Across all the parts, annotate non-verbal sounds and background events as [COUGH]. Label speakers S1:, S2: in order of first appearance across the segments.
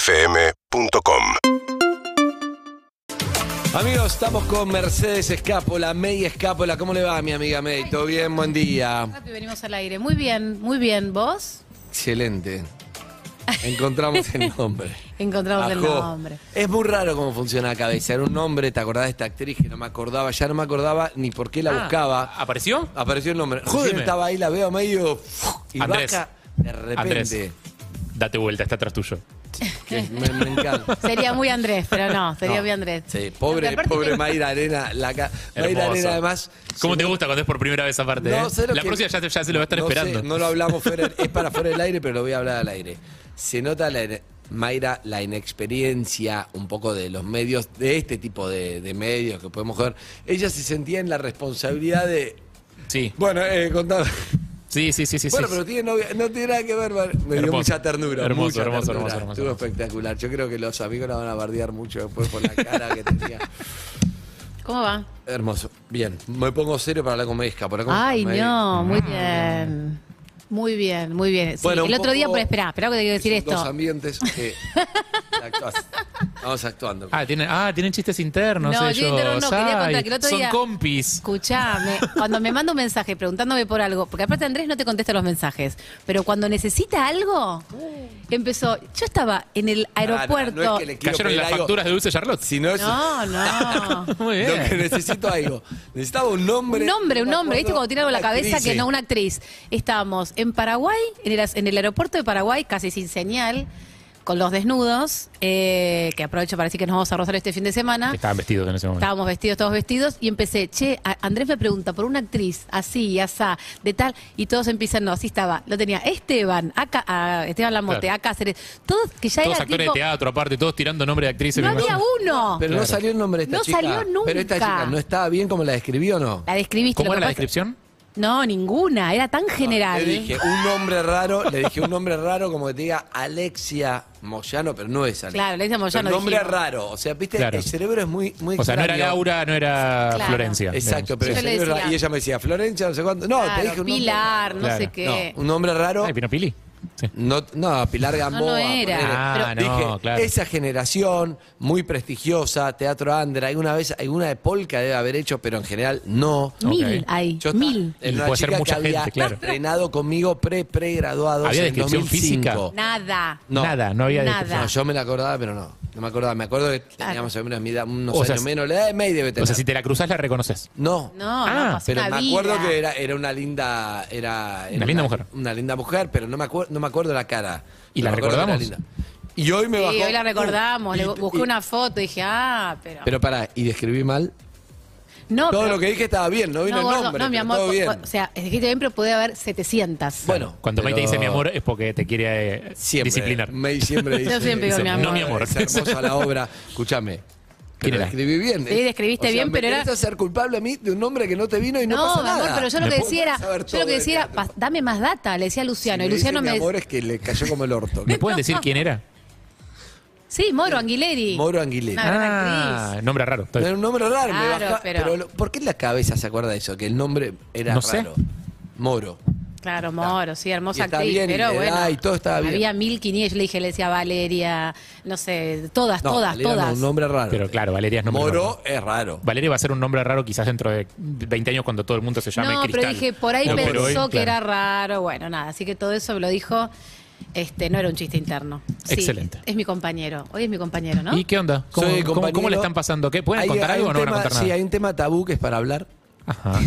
S1: UrbanaPlayFM.com
S2: Amigos, estamos con Mercedes Escápola, May Escápola. ¿Cómo le va, mi amiga May? ¿Todo bien? Buen día.
S3: Papi, venimos al aire. Muy bien, muy bien. ¿Vos?
S2: Excelente. Encontramos el nombre.
S3: Encontramos el
S2: Ajó.
S3: nombre.
S2: Es muy raro cómo funciona la cabeza. Era un nombre, ¿te acordás de esta actriz que no me acordaba? Ya no me acordaba ni por qué la
S4: Ah,
S2: buscaba.
S4: ¿Apareció?
S2: Apareció el nombre.
S4: Jodeme.
S2: Recién estaba ahí, la veo medio. Y
S4: Andrés.
S2: baja de repente.
S4: Andrés. Date vuelta, está atrás tuyo.
S2: Que me, me
S3: [LAUGHS]
S2: encanta.
S3: Sería muy Andrés, pero no, sería
S2: No.
S3: muy Andrés.
S2: Sí, pobre,
S3: Aparte
S2: pobre
S3: me-
S2: Mayra Arena. La ca- Mayra
S4: Hermoso.
S2: Arena, además.
S4: ¿Cómo
S2: se
S4: te gusta cuando es por primera vez aparte?
S2: No,
S4: eh?
S2: sé lo
S4: La
S2: que-
S4: próxima ya, ya se lo va a estar
S2: no sé,
S4: esperando.
S2: no lo hablamos fuera, es para fuera del aire, pero lo voy a hablar al aire. Se nota la, Mayra la inexperiencia un poco de los medios, de este tipo de, de medios que podemos ver. Ella se sentía en la responsabilidad de.
S4: Sí,
S2: Bueno, eh, contame.
S4: sí, sí, sí, sí.
S2: bueno,
S4: sí.
S2: pero tiene novia, no tiene nada que ver. Mar- Me dio
S4: Hermoso.
S2: mucha ternura.
S4: Hermoso,
S2: mucha
S4: hermoso,
S2: ternura.
S4: hermoso, hermoso,
S2: Estuvo
S4: hermoso.
S2: espectacular. Yo creo que los amigos la van a bardear mucho después por la cara que
S4: [LAUGHS]
S2: tenía.
S3: ¿Cómo va?
S2: Hermoso. Bien, me pongo serio para la comedisca. por acá.
S3: Ay, no, muy bien. Muy bien, muy bien. Sí,
S2: Mm. Bueno, un
S3: el otro día,
S2: poco-
S3: pero esperá, esperá que te quiero decir
S2: Son Dos
S3: esto.
S2: ambientes
S3: [LAUGHS]
S2: que actúas. vamos actuando.
S4: Ah, tienen, ah, tienen chistes internos.
S3: No,
S4: ellos.
S3: yo interno no, quería contar que el otro
S4: Ay,
S3: día-
S4: Son compis.
S3: Escuchame, cuando me manda un mensaje preguntándome por algo, porque aparte Andrés no te contesta los mensajes, pero cuando necesita algo, empezó. Yo estaba en el aeropuerto.
S2: Ah, Uh. no, no es que le quiero
S4: Cayeron
S2: pedir
S4: las
S2: algo,
S4: facturas Eh. de Dulce Charlotte.
S2: sino es
S3: no, no.
S2: [LAUGHS]
S4: Muy bien.
S2: lo que necesito algo. Necesitaba un nombre.
S3: Un nombre, un
S2: no me
S3: nombre, ¿viste?
S2: acuerdo,
S3: Cuando tiene algo en la
S2: una
S3: cabeza
S2: actriz.
S3: que no una actriz. Estábamos en Paraguay, en el, as- en el aeropuerto de Paraguay, casi sin señal, con los desnudos, eh, que aprovecho para decir que nos vamos a rozar este fin de semana.
S4: Estaban vestidos en ese momento.
S3: Estábamos vestidos, todos vestidos, y empecé, che, a- Andrés me pregunta por una actriz, así, asá, de tal, y todos empiezan, no, así estaba, lo tenía Esteban, acá, a Esteban Lamote,
S4: Claro.
S3: a Cáceres, todos que ya
S4: Todos
S3: era
S4: actores
S3: tipo,
S4: de teatro, aparte, todos tirando nombre de actrices.
S3: no
S4: me
S3: había
S4: imagino.
S3: uno.
S2: Pero no
S4: Claro.
S2: salió el nombre de esta
S3: No
S2: chica.
S3: salió nunca.
S2: Pero esta chica no estaba bien como la describió, ¿no?
S3: La describiste.
S4: ¿Cómo
S3: lo
S4: era la
S3: que pasa-
S4: descripción? Ah,
S3: No, ninguna, era tan general.
S2: Le dije un nombre raro, le dije un nombre raro como que te diga Alexia Moyano, pero no es Alexia.
S3: Claro, Alexia Moyano
S2: Un nombre
S3: dijimos.
S2: raro, o sea, viste,
S4: Claro.
S2: el cerebro es muy muy
S4: O sea, no era
S2: extraño.
S4: Laura, no era
S3: Claro.
S4: Florencia.
S2: Exacto,
S4: digamos.
S2: pero
S3: Yo
S2: el
S3: le
S2: cerebro
S3: decía-
S2: y ella me decía Florencia, no sé cuánto. No,
S3: Claro,
S2: te dije un nombre
S3: Pilar, no
S4: Claro.
S3: sé qué.
S2: No, un nombre raro.
S4: Ay, Ah, Pinopili. Sí.
S2: No, no, Pilar Gamboa.
S3: no era.
S2: ponele.
S4: Ah, no,
S2: Dije,
S4: claro.
S2: Esa generación muy prestigiosa, Teatro Andra, alguna vez, alguna de Polka debe haber hecho, pero en general no.
S3: Mil hay,
S2: Yo estaba
S3: mil.
S2: en
S4: Y
S2: una
S4: puede ser
S2: chica
S4: mucha
S2: que había
S4: gente, claro.
S2: entrenado conmigo pre pre graduados
S4: ¿Había
S2: en
S4: descripción
S2: 2005.
S4: física?
S3: Nada.
S2: No.
S4: Nada, no había
S3: Nada.
S4: descripción.
S2: No, yo me la acordaba, pero no. No me acordaba. Me acuerdo que teníamos al menos mi edad, unos
S4: O sea,
S2: años menos. La edad de May debe tener.
S4: O sea, si te la cruzás, la reconoces.
S2: No.
S3: No, no
S4: Ah,
S3: pasó
S2: Pero
S3: una
S2: me
S3: vida.
S2: acuerdo que era, era una linda. Era, era
S4: Una linda mujer.
S2: Una linda mujer, pero no me, acuer- no me acuerdo la cara.
S4: ¿Y
S2: No
S4: la
S2: me acuerdo que era
S4: recordamos?
S2: Y hoy me
S3: Sí,
S2: bajó.
S3: hoy la recordamos.
S2: Uh,
S3: le
S2: y-
S3: busqué
S2: y-
S3: una foto y dije, ah, pero.
S2: Pero pará, ¿y describí mal?
S3: no,
S2: todo
S3: pero-
S2: lo que dije estaba bien, no vino
S3: no,
S2: el
S3: gordo,
S2: nombre.
S3: no, mi
S2: pero
S3: amor.
S2: todo
S3: po-
S2: bien.
S3: po- O sea, dijiste bien, pero puede haber 700.
S2: bueno,
S4: Cuando May te
S2: pero
S4: dice mi amor es porque te quiere eh,
S2: siempre,
S4: disciplinar.
S2: May siempre dice.
S3: Yo siempre digo
S2: dice,
S3: mi amor.
S4: No, mi amor.
S2: Es hermosa la obra. Escúchame.
S4: ¿Quién
S2: Pero la
S4: era?
S2: escribí bien. ¿eh?
S3: Sí, la escribiste bien,
S2: me
S3: pero era-
S2: querés hacer culpable a mí de un nombre que no te vino y no,
S3: no,
S2: pasa
S3: mi
S2: nada.
S3: amor, pero yo lo
S4: Me
S3: que
S4: pongo
S3: decía era,
S2: a saber
S3: yo
S2: todo
S3: lo que
S2: de
S3: decía era,
S2: teatro.
S3: "Pas- dame más data, le decía a
S2: Si
S3: Luciano.
S2: me
S3: y Luciano
S2: dice
S3: me
S2: mi
S3: decía,
S2: amor es que le cayó como el
S3: [LAUGHS]
S2: orto.
S4: ¿Me pueden decir quién era?
S3: sí, Moro
S2: eh,
S3: Anguileri.
S2: Moro Anguileri.
S3: Una gran
S2: Ah,
S3: actriz.
S4: nombre raro. está
S2: No,
S4: bien.
S2: Era un nombre raro, me
S3: Claro,
S2: baja-
S3: pero-
S2: pero... lo- ¿por qué la cabeza se acuerda de eso? Que el nombre era
S4: No sé.
S2: raro. Moro.
S3: Claro, Moro, sí,
S2: Y
S3: hermosa
S2: está
S3: actriz,
S2: bien, y
S3: pero
S2: le
S3: bueno.
S2: da, y todo estaba bien.
S3: Había 1500, yo le dije, le decía Valeria, no sé, todas,
S2: No,
S3: todas,
S2: Valeria no,
S3: todas.
S2: un nombre raro.
S4: Pero claro, Valeria es nombre
S2: Moro
S4: raro.
S2: es raro.
S4: Valeria va a ser un nombre raro quizás dentro de 20 años cuando todo el mundo se llame
S3: no,
S4: Cristal.
S3: pero dije, por ahí
S4: No,
S3: pensó
S4: pero hoy,
S3: que
S4: claro.
S3: era raro, bueno, nada, así que todo eso me lo dijo, este, no era un chiste interno. Sí,
S4: Excelente.
S3: Es mi compañero, hoy es mi compañero, ¿no?
S4: ¿Y qué onda? ¿Cómo,
S2: Soy
S4: cómo-
S2: compañero.
S4: cómo le están pasando? ¿Qué? ¿Pueden
S2: Hay-
S4: contar
S2: hay
S4: algo o
S2: un
S4: no van a
S2: tema-
S4: contar nada?
S2: Sí, hay un tema tabú que es para
S3: [LAUGHS]
S2: hablar.
S4: Ajá,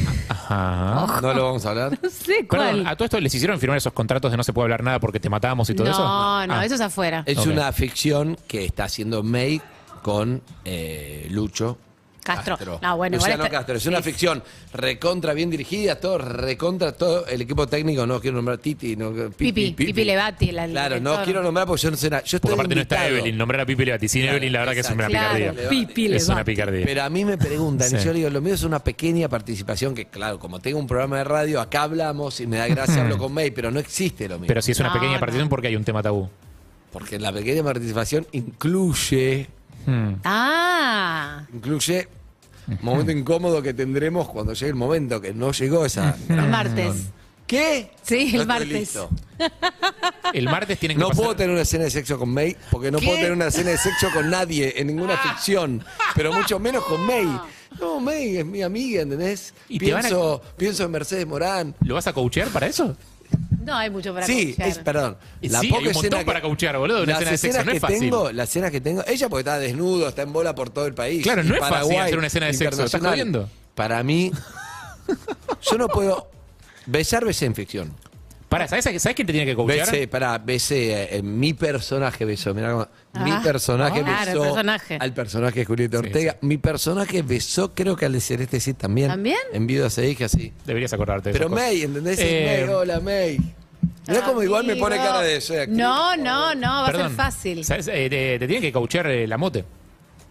S4: ajá.
S2: No lo vamos a hablar.
S3: No sé
S4: Perdón,
S3: cuál.
S4: ¿a todo esto les hicieron firmar esos contratos de no se puede hablar nada porque te matábamos y todo
S3: no,
S4: eso?
S3: no,
S4: Ah.
S3: eso es afuera.
S2: Es
S4: Ok.
S2: una ficción que está haciendo May con eh, Lucho.
S3: Castro. No, bueno, igual este-
S2: Luciano
S3: está-
S2: Castro. Es una
S3: es-
S2: ficción recontra bien dirigida, todo recontra todo el equipo técnico, no quiero nombrar Titi, no,
S3: Pipi, Pipi Levati, la- el
S2: Claro, no
S3: director.
S2: quiero nombrar porque yo no sé nada. Yo
S4: Porque
S2: estoy
S4: aparte no está
S2: invitado.
S4: Evelyn, nombrar a Pipi Levati. Sin
S2: Claro,
S4: Evelyn la verdad que es
S2: exacto.
S4: una
S3: Claro,
S4: picardía.
S3: Pipi
S4: Es una
S3: Levati.
S4: picardía.
S2: Pero a mí me preguntan, y
S4: [LAUGHS] Sí.
S2: yo le digo, lo mío es una pequeña participación que, claro, como tengo un programa de radio, acá hablamos y me da gracia,
S4: [LAUGHS]
S2: hablo con May, pero no existe lo mío.
S4: Pero si es una
S3: No,
S4: pequeña
S3: no.
S4: participación porque hay un tema tabú.
S2: Porque la pequeña participación incluye,
S4: Hmm.
S3: Ah,
S2: incluye momento incómodo que tendremos cuando llegue el momento, que no llegó esa.
S3: el martes.
S2: ¿Qué?
S3: Sí,
S2: No
S3: el
S2: estoy
S3: martes.
S2: listo.
S4: El martes tienen que
S2: No
S4: pasar-
S2: puedo tener una escena de sexo con May, porque no
S3: ¿Qué? Ah.
S2: puedo tener una escena de sexo con nadie en ninguna ficción, pero mucho menos con May. No, May es mi amiga, ¿entendés?
S4: Y te van a-
S2: pienso, pienso en Mercedes Morán.
S4: ¿Lo vas a coachear para eso?
S3: No hay mucho para
S2: sí,
S3: coachear.
S2: es, perdón.
S4: Y sí, hay un montón para cauchear, boludo, una
S2: las
S4: escena de sexo,
S2: escenas
S4: no es
S2: que
S4: fácil.
S2: Tengo, las escenas que tengo, ella porque está desnudo, está en bola por todo el país.
S4: Claro,
S2: y
S4: no es fácil
S2: Paraguay,
S4: hacer una escena de sexo, ¿estás
S2: internacional.
S4: jodiendo?
S2: Para mí, yo no puedo... Besar, besé en ficción.
S4: Para, ¿sabes, ¿sabes quién te tiene que coachear?
S2: Besé, pará, besé, eh, eh, mi personaje besó, mirá cómo-
S3: Ah,
S2: mi personaje
S3: ah, claro, el
S2: besó
S3: personaje.
S2: al personaje de Julieta
S4: Sí,
S2: Ortega, mi personaje besó creo que al de Celeste Cid también.
S3: ¿También?
S2: En Viuda se dije así.
S4: Deberías acordarte de
S2: Pero
S4: esas cosas.
S2: May, ¿entendés? Es
S4: Eh,
S2: May, hola May. Mirá como igual me
S3: Amigo.
S2: pone cara de soy actriz.
S3: No, no, no, va a ser fácil.
S4: ¿Sabes? Eh, te, te tiene que coachear eh, la mote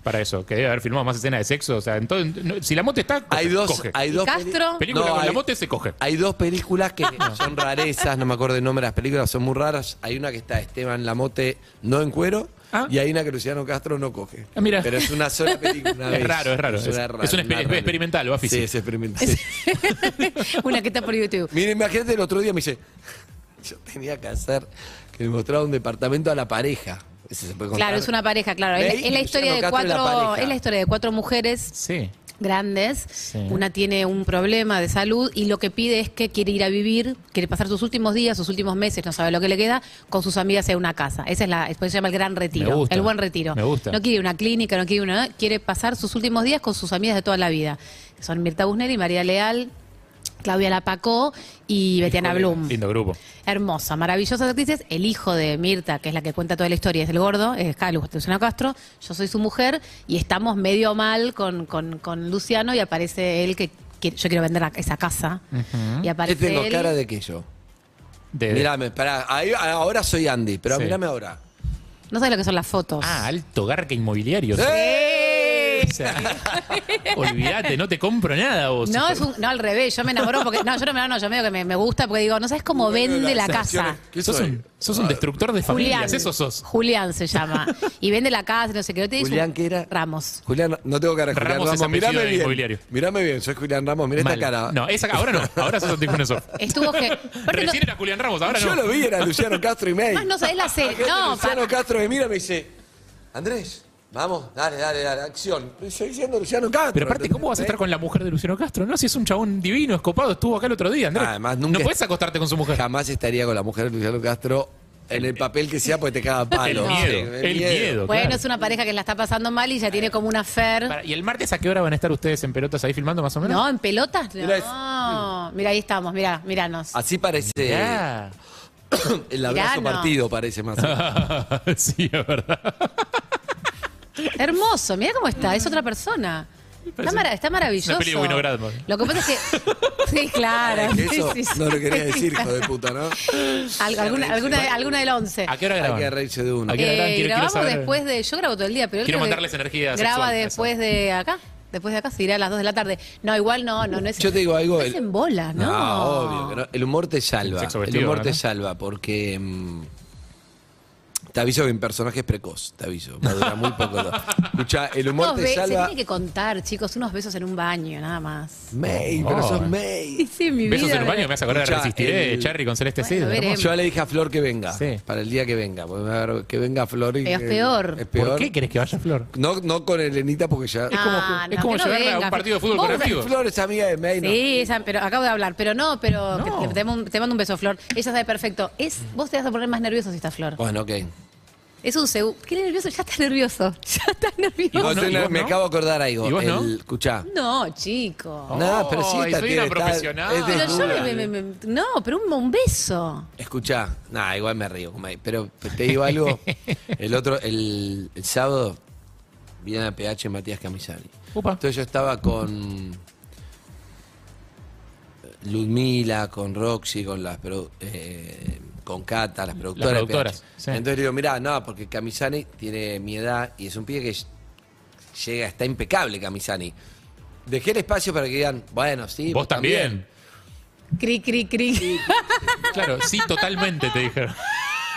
S4: para eso, que debe haber filmado más escenas de sexo. O sea, entonces, no, si la mote está, coge,
S2: Hay dos,
S4: coge.
S2: hay
S3: ¿Y
S2: dos
S3: Castro?
S2: peli-
S3: Ah.
S4: Película
S2: No,
S4: con la
S2: hay-
S4: mote se coge.
S2: Hay dos películas
S3: [LAUGHS]
S2: que son rarezas, no me acuerdo el nombre de las películas, son muy raras. Hay una que está Esteban Lamote no en cuero
S4: Ah.
S2: y hay una que Luciano Castro no coge.
S4: Ah, mira.
S2: Pero es una sola película. una
S4: [LAUGHS] Es
S2: vez.
S4: raro, es raro.
S2: una
S4: Es-
S2: rara,
S4: es un
S2: una
S4: exper-
S2: rara.
S4: experimental, Bafi,
S2: Sí,
S4: sí.
S2: es experimental. Sí.
S3: Una que está por YouTube.
S2: Mire, imagínate el otro día me dice, [LAUGHS] yo tenía que hacer que le mostraba un departamento a la pareja. Ese se puede contar.
S3: Claro, es una pareja, claro. Es, la-
S2: Ley
S3: es la
S2: y
S3: historia de
S2: Luciano Castro y la
S3: cuatro,
S2: pareja.
S3: es la historia de cuatro mujeres
S4: Sí.
S3: grandes.
S4: Sí.
S3: Una tiene un problema de salud y lo que pide es que quiere ir a vivir, quiere pasar sus últimos días, sus últimos meses, no sabe lo que le queda, con sus amigas en una casa. Esa es la, por eso se llama el gran retiro,
S4: Me gusta,
S3: el buen retiro.
S4: me gusta.
S3: No quiere ir a una clínica, no quiere ir a una, quiere pasar sus últimos días con sus amigas de toda la vida, que son Mirta Busner y María Leal, Claudia Lapacó y Betiana Blum.
S4: Lindo grupo.
S3: Hermosa, maravillosa actrices. El hijo de Mirta, que es la que cuenta toda la historia, es el gordo, es Calus, Luciano Castro. Yo soy su mujer y estamos medio mal con, con, con Luciano y aparece él que, que yo quiero vender la- esa casa. Y
S2: Yo
S3: aparece
S2: tengo
S3: él.
S2: cara de que yo.
S4: De-
S2: Mirame, pará, ahí- ahora soy Andy, pero
S4: Eh. Sí.
S2: mirame ahora.
S3: No sabes lo que son las fotos.
S4: Ah, alto garca inmobiliario.
S2: ¡Eh!
S4: O sea, olvídate, no te compro nada vos.
S3: no, es un- no, al revés, yo me enamoro porque. No, yo no me enamoro, yo medio que me, me gusta porque digo, no sabes cómo vende la casa.
S2: ¿Qué
S4: Sos
S2: soy?
S4: un, sos un destructor de
S3: Julián.
S4: familias, eso sos.
S3: Julián
S2: [LAUGHS]
S3: se llama. Y vende la casa, no sé qué. Yo te dije,
S2: Julián, ¿qué era?
S3: Ramos.
S2: Julián, no tengo cara de Julián
S4: Ramos
S2: Ramos.
S4: es apellido
S2: mirame
S4: de
S2: bien.
S4: inmobiliario.
S2: Mirame bien, soy Julián Ramos, mirá
S4: Mal.
S2: esta cara.
S4: No, esa, ahora no, ahora
S3: [LAUGHS]
S4: sos Antifunesov.
S2: [LAUGHS]
S3: Estuvo que. aparte no-
S4: Recién era Julián Ramos, ahora
S2: Yo
S4: no.
S2: lo vi,
S4: [LAUGHS]
S2: era Luciano Castro y May.
S3: más Ah, no sabés la serie.
S2: Imagínate,
S3: No,
S2: Luciano
S3: para-
S2: Castro me mira y me dice, Andrés, vamos, dale, dale, dale, acción. Pero Estoy diciendo Luciano Castro.
S4: Pero aparte, ¿cómo vas
S2: ¿eh?
S4: a estar con la mujer de Luciano Castro? No, si es un chabón divino, escopado, estuvo acá el otro día, Andrés.
S2: Ah, además, nunca-
S4: No puedes acostarte con su mujer.
S2: Jamás estaría con la mujer de Luciano Castro en el papel que sea porque te caga
S4: El
S2: palo.
S4: miedo,
S2: Sí,
S4: el miedo.
S3: Bueno,
S4: claro.
S3: es una pareja que la está pasando mal y ya tiene como una fer.
S4: Para- ¿Y el martes a qué hora van a estar ustedes en pelotas ahí filmando más o menos?
S3: No, en pelotas
S2: Mirá
S3: no. Mira, ahí estamos, mira, miranos.
S2: Así parece
S4: Ya.
S2: [COUGHS]
S4: [LAUGHS]
S2: el abrazo
S3: Mirá, no.
S2: partido, parece más.
S4: sí, es verdad.
S3: Hermoso, mira cómo está, es otra persona. Está,
S4: Parece-
S3: mara- está maravilloso.
S4: una peli de Winograd, man.
S3: Lo que pasa es
S4: [LAUGHS]
S3: que. Sí, claro.
S2: Que Eso
S3: sí, sí, sí.
S2: no lo quería decir, hijo de puta, ¿no?
S3: Al- alguna, alguna, alguna del once.
S4: ¿A qué hora
S2: Hay que
S4: graban?
S2: reírse de uno.
S4: ¿A qué hora graban?
S3: Eh,
S4: Quiero- quiero
S3: grabamos
S4: saber-
S3: después de. Yo grabo todo el día, pero él
S4: Quiero
S3: creo que
S4: mandarles
S3: Graba
S4: energía sexual, eso.
S3: después de acá. Después de acá se irá a las 2 de la tarde. No, igual no, no, no es.
S2: Yo te digo algo.
S3: no es
S2: el-
S3: en bola, ¿no?
S2: obvio. que no. El humor te salva.
S4: Sexo
S2: El
S4: vestido,
S2: humor te
S4: ¿no?
S2: salva porque. mm, te aviso que en personaje es precoz, te aviso. Va a durar muy poco.
S4: [LAUGHS]
S2: Escucha, el humor
S3: Unos be-
S2: te
S3: se
S2: salva.
S3: tiene que contar, chicos, unos besos en un baño, nada más.
S2: May, pero
S4: Oh.
S2: sos
S3: Y
S2: May.
S3: [LAUGHS] sí, mi
S4: Besos
S3: vida ¿eh?
S4: en el baño me hace acordar de
S2: Escuchá,
S4: Resistiré,
S2: el-
S4: Charry con Celeste
S3: Bueno,
S4: Cid.
S3: veremos.
S4: hermoso.
S2: Yo le dije a Flor que venga.
S4: Sí.
S2: Para el día que venga. porque va a haber- que venga Flor y.
S3: Pero es
S2: que-
S3: peor.
S2: es peor.
S4: ¿Por qué querés que vaya Flor?
S2: No, no con Elenita porque ya.
S3: No,
S4: como- es
S3: no,
S4: como
S3: que no
S4: llevarla a un
S3: venga.
S4: partido de fútbol
S3: Vos-
S4: con amigos.
S2: Flor es amiga de May. no.
S3: Sí, esa- pero acabo de hablar, pero no, pero
S4: No.
S3: que- que te, mon- te mando un beso, Flor. Ella sabe perfecto. Es, vos te vas a poner más nervioso si está Flor.
S2: Bueno, ok.
S3: Es un seguro. ¿Qué nervioso? Ya está nervioso. [LAUGHS] Ya está nervioso.
S4: vos
S2: No,
S4: no?
S2: te-
S4: ¿Y vos
S2: me
S4: no?
S2: acabo de acordar algo.
S4: ¿Y vos no?
S2: El- Escuchá.
S3: No, chico.
S2: No, pero sí,
S4: Oh,
S2: esta
S4: soy
S2: tiene-
S4: una
S2: está-
S4: profesional.
S2: es
S3: Pero yo
S2: desnuda.
S3: me- me- me- no, pero un, un beso.
S2: Escuchá, nada, igual me río, May, pero te digo [LAUGHS] algo. El otro, el, el sábado, viene a PH Matías Camisani.
S4: Upa.
S2: Entonces yo estaba con eh, Ludmila, con Roxy, con las produ- eh, con Cata, las productoras. de PH.
S4: productoras, sí.
S2: Entonces le digo, mirá, no, porque Camisani tiene mi edad y es un pibe que llega, está impecable Camisani. Dejé el espacio para que digan, bueno, sí.
S4: Vos también.
S3: Cri, cri, cri.
S4: Claro, sí, totalmente, te dijeron.
S3: [LAUGHS]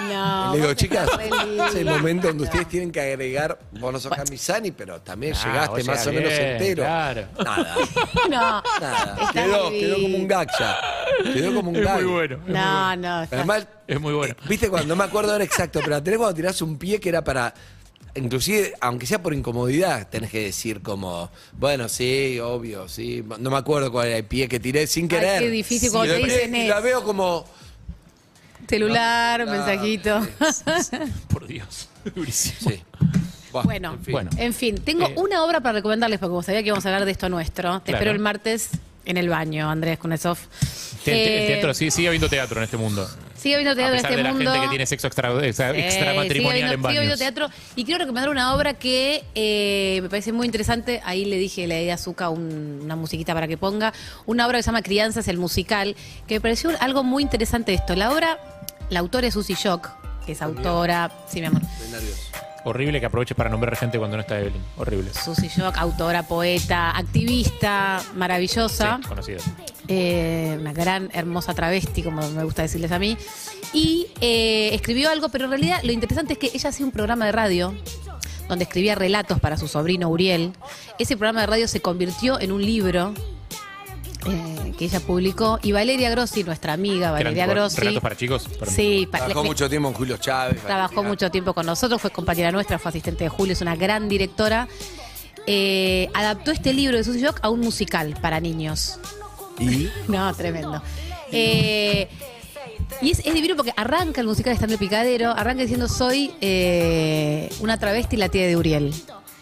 S3: No.
S2: Le digo,
S3: vos
S2: chicas,
S3: estás re linda.
S2: es el momento donde ustedes tienen que agregar, vos no sos Camisani, pero también
S4: Ah,
S2: llegaste
S4: vos
S2: más
S4: llegás
S2: o menos
S4: bien,
S2: entero.
S4: claro.
S2: Nada,
S3: No.
S2: nada.
S3: Está
S2: Quedó, quedó como
S3: divino.
S2: un gacha. Quedó como un
S4: [LAUGHS] Es
S2: gag.
S4: muy bueno. es muy bueno.
S3: No, no. está-
S2: Además,
S4: Es muy bueno.
S2: eh, viste cuando no me acuerdo ahora exacto, pero tenés cuando tirás un pie que era para. Inclusive, aunque sea por incomodidad, tenés que decir como, bueno, sí, obvio, sí. No me acuerdo cuál era el pie que tiré sin
S3: Ay,
S2: querer.
S3: qué difícil
S2: Y
S3: cuando
S2: la
S3: te
S2: miré
S3: dicen
S2: y la
S3: eso.
S2: veo como.
S3: Celular,
S2: No,
S3: mensajito.
S4: Por Dios. [LAUGHS] Durísimo.
S2: Sí.
S3: Bueno,
S2: en fin.
S4: Bueno.
S3: En fin, tengo
S4: Eh.
S3: una obra para recomendarles, porque como sabía que íbamos a hablar de esto nuestro. Te
S4: Claro.
S3: espero el martes en el baño, Andrés Kunesov.
S4: Te- te-
S3: Eh,
S4: El teatro, sí, sigue habiendo teatro en este mundo.
S3: Sigue habiendo
S4: A
S3: teatro en
S4: pesar
S3: este
S4: de la
S3: mundo.
S4: gente que tiene sexo extra, extra-
S3: Eh,
S4: extramatrimonial
S3: sigue
S4: en
S3: habiendo- sigue habiendo
S4: baños.
S3: teatro. Y quiero recomendar una obra que eh, me parece muy interesante. Ahí le dije, le di a Zuka un- una musiquita para que ponga. Una obra que se llama Crianzas, el musical, que me pareció algo muy interesante esto. La obra, la autora es Susi Shock, que es autora. Sí, mi amor.
S2: Estoy nervioso.
S4: Horrible que aproveches para nombrar gente cuando no está Evelyn. Horrible. Sí,
S3: Susi Shock, autora, poeta, activista, maravillosa.
S4: conocido.
S3: Eh, una gran, hermosa travesti, como me gusta decirles a mí. Y eh, escribió algo, pero en realidad lo interesante es que ella hacía un programa de radio donde escribía relatos para su sobrino Uriel. Ese programa de radio se convirtió en un libro eh, que ella publicó. Y Valeria Grossi, nuestra amiga
S4: Que eran
S3: Valeria
S4: tipo
S3: Grossi.
S4: Relatos para chicos. para mí.
S3: Sí, pa-
S2: Trabajó
S3: le-
S2: mucho tiempo en Julio Chávez.
S3: Trabajó
S2: Valentina.
S3: mucho tiempo con nosotros, fue compañera nuestra, fue asistente de Julio, es una gran directora. Eh, adaptó este libro de Susie Jock a un musical para niños.
S2: Y
S3: No, tremendo. Eh, y es, es divino porque arranca el musical estando el picadero, arranca diciendo soy eh, una travesti la tía de Uriel.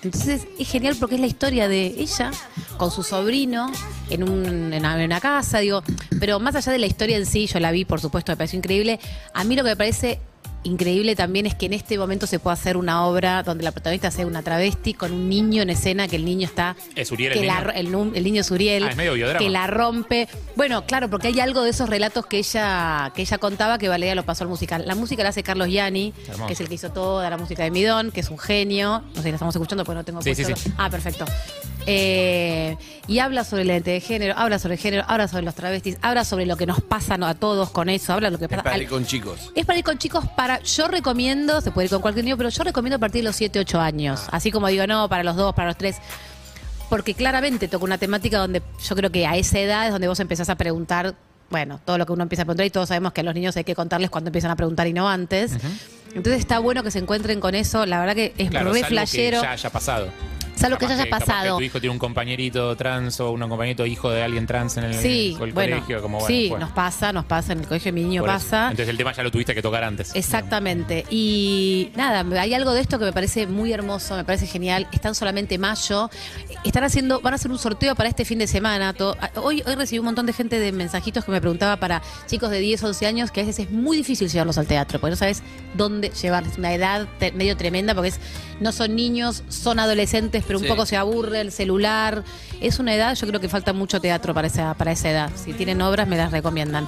S3: Entonces es genial porque es la historia de ella con su sobrino en, un- en una, en una casa, digo. Pero más allá de la historia en sí, yo la vi, por supuesto, me pareció increíble. A mí lo que me parece increíble también es que en este momento se pueda hacer una obra donde la protagonista sea una travesti con un niño en escena, que el niño está.
S4: ¿Es Uriel
S3: que
S4: el
S3: la-
S4: niño?
S3: el, nu- el niño es Uriel.
S4: Ah, es medio biodrama.
S3: Que la rompe. Bueno, claro, porque hay algo de esos relatos que ella, que ella contaba que Valeria lo pasó al musical. La música la hace Carlos Gianni,
S4: Hermoso.
S3: que es el que hizo toda la música de Midón, que es un genio. No sé, la estamos escuchando porque no tengo
S4: Sí, sí,
S3: puesto-
S4: sí.
S3: Ah, perfecto. Eh, y habla sobre el identidad de género, habla sobre el género, habla sobre los travestis, habla sobre lo que nos pasa a todos con eso, habla de lo que
S2: es
S3: pasa.
S2: para
S3: al-
S2: ir con chicos.
S3: es para ir con chicos para. Yo recomiendo, se puede ir con cualquier niño, pero yo recomiendo a partir de los 7, 8 años. Así como digo, no, para los 2, para los 3. Porque claramente toca una temática donde yo creo que a esa edad es donde vos empezás a preguntar, bueno, todo lo que uno empieza a preguntar y todos sabemos que a los niños hay que contarles cuando empiezan a preguntar y no antes. Entonces está bueno que se encuentren con eso. La verdad que es
S4: Claro,
S3: re
S4: salvo
S3: flashero.
S4: que ya haya pasado.
S3: Salvo que ya haya
S4: capaz
S3: pasado.
S4: que tu hijo tiene un compañerito trans o un compañerito hijo de alguien trans en el,
S3: Sí,
S4: o el
S3: bueno,
S4: colegio. Como, bueno,
S3: sí,
S4: bueno,
S3: nos pasa, nos pasa en el colegio, mi niño
S4: por eso.
S3: pasa.
S4: Entonces el tema ya lo tuviste que tocar antes.
S3: Exactamente. Y nada, me- hay algo de esto que me parece muy hermoso, me parece genial. Están solamente mayo. Están haciendo, van a hacer un sorteo para este fin de semana. To- a- Hoy, hoy recibí un montón de gente de mensajitos que me preguntaba para chicos de 10, 11 años, que a veces es muy difícil llevarlos al teatro, porque no sabes dónde llevarlos. Es una edad te- medio tremenda, porque es, no son niños, son adolescentes, pero un
S2: Sí.
S3: poco se aburre el celular. Es una edad, yo creo que falta mucho teatro para esa, para esa edad. Si tienen obras, me las recomiendan.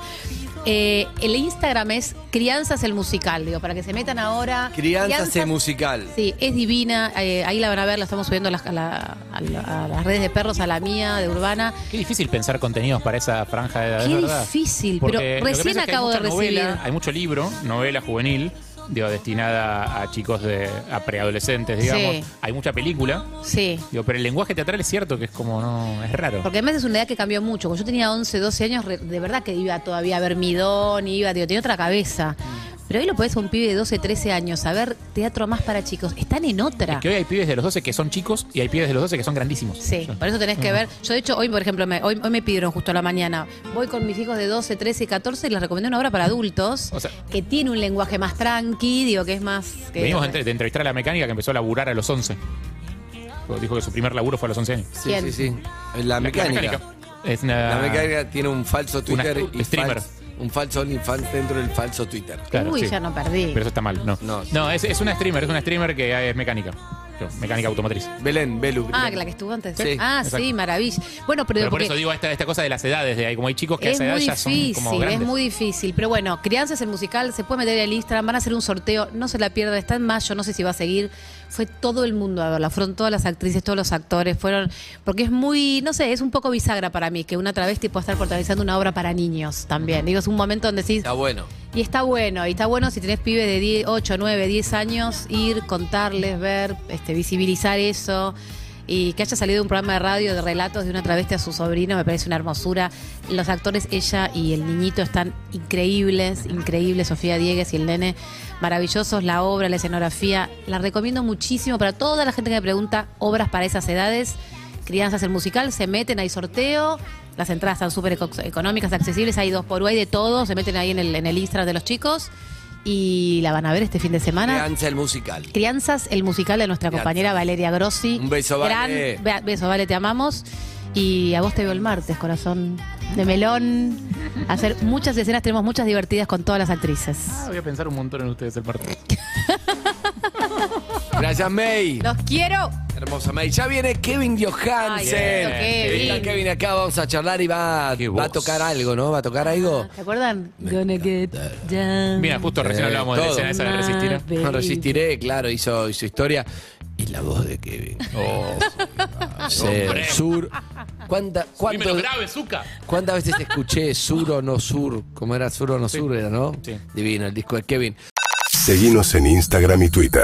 S3: Eh, el Instagram es Crianzas el Musical, digo, para que se metan ahora.
S2: Crianzas en musical.
S3: Sí, es divina, eh, ahí la van a ver, la estamos subiendo a las, a la- a la- a las redes de perros, a la mía, de Urbana.
S4: Qué difícil pensar contenidos para esa franja de edad.
S3: Qué
S4: es verdad.
S3: difícil,
S4: Porque
S3: pero
S4: lo que
S3: recién
S4: pasa es que
S3: acabo
S4: hay
S3: de
S4: mucha
S3: recibir.
S4: novela, hay mucho libro, novela juvenil, digo, destinada a chicos de a preadolescentes, digamos.
S3: Sí.
S4: Hay mucha película,
S3: Sí.
S4: digo, pero el lenguaje teatral es cierto que es como no es raro.
S3: Porque además es una edad que cambió mucho. Cuando yo tenía 11, 12 años, re- de verdad que iba todavía a ver Midón, iba, digo, tenía otra cabeza. Pero hoy lo podés a un pibe de 12, 13 años, a ver teatro más para chicos. Están en otra.
S4: Es que hoy hay pibes de los 12 que son chicos y hay pibes de los 12 que son grandísimos.
S3: Sí, por eso tenés que ver. Yo, de hecho, hoy, por ejemplo, me, hoy, hoy me pidieron justo a la mañana. Voy con mis hijos de 12, 13 y 14 y les recomendé una obra para adultos
S4: O sea-
S3: que tiene un lenguaje más tranqui, digo, que es más. Que,
S4: Venimos de, entre- de entrevistar a la mecánica que empezó a laburar a los 11. Dijo que su primer laburo fue a los 11 años.
S2: Sí,
S3: ¿Quién?
S2: sí, sí. La mecánica.
S4: Es una-
S2: La mecánica tiene un falso
S4: Ah. Una-
S2: Twitter y
S4: streamer.
S2: fals- un falso OnlyFans dentro del falso Twitter.
S4: claro,
S3: Uy,
S4: sí.
S3: ya no perdí.
S4: Pero eso está mal, no. No,
S2: No.
S4: es, es una streamer, es una streamer que es mecánica. Yo, Mecánica automotriz.
S2: Belén, Belu.
S3: Ah, que la que estuvo antes.
S2: Sí,
S3: ah, sí,
S4: exacto.
S3: maravilla. Bueno, pero,
S4: Pero por
S3: porque-
S4: eso digo esta, esta cosa de las edades, de ahí como hay chicos que a
S3: es
S4: esa edad
S3: muy
S4: ya son como
S3: difícil, es
S4: grandes.
S3: muy difícil. Pero bueno, Crianzas el musical, se puede meter en el Instagram, van a hacer un sorteo, no se la pierdan, está en mayo, no sé si va a seguir. Fue todo el mundo a verla, fueron todas las actrices, todos los actores, fueron. Porque es muy, no sé, es un poco bisagra para mí que una travesti pueda estar protagonizando una obra para niños también. Digo, es un momento donde decís,
S2: Está bueno.
S3: y está bueno, y está bueno si tenés pibes de 10, 8, 9, 10 años, ir, contarles, ver, este, visibilizar eso. y que haya salido de un programa de radio de relatos de una travesti a su sobrino me parece una hermosura. Los actores, ella y el niñito, están increíbles, increíbles. Sofía Diegues y el nene, maravillosos. La obra, la escenografía, la recomiendo muchísimo para toda la gente que me pregunta obras para esas edades. Crianzas el musical, se meten, hay sorteo. Las entradas están súper eco- económicas, accesibles, hay dos por uno, hay de todo. Se meten ahí en el, en el Instagram de los chicos y la van a ver este fin de semana.
S2: Crianza el musical.
S3: Crianzas, el musical de nuestra
S2: Crianzas.
S3: compañera Valeria Grossi.
S2: Un beso,
S3: Gran
S2: Vale.
S3: be- beso, Vale, te amamos. Y a vos te veo el martes, corazón de melón. Hacer muchas escenas, tenemos muchas divertidas con todas las actrices.
S4: Ah, voy a pensar un montón en ustedes el martes.
S2: Gracias, May.
S3: ¡Los quiero!
S2: Hermosa May. Ya viene Kevin
S3: Ay,
S2: Johansen.
S3: querido
S2: Está
S3: Kevin.
S2: Kevin acá, vamos a charlar y va,
S4: Qué
S2: va a
S4: voz.
S2: tocar algo, ¿no? ¿Va a tocar algo?
S3: ¿Se acuerdan? Gonna get down.
S4: Mira, justo recién
S2: Eh,
S4: hablábamos de la
S2: todo.
S4: escena esa de resistir.
S3: Baby.
S2: No resistiré, claro, hizo, hizo historia. Y la voz de Kevin.
S4: [LAUGHS] Oh,
S2: [LAUGHS] Sí,
S4: hombre.
S2: sur. ¿Cuánta, cuánto-
S4: Dímelo grave, Zuka.
S2: ¿Cuántas veces escuché sur o no sur? ¿Cómo era sur o no sur? Era, ¿no?
S4: Sí.
S2: Divino, el disco de Kevin.
S1: Seguimos en Instagram y Twitter.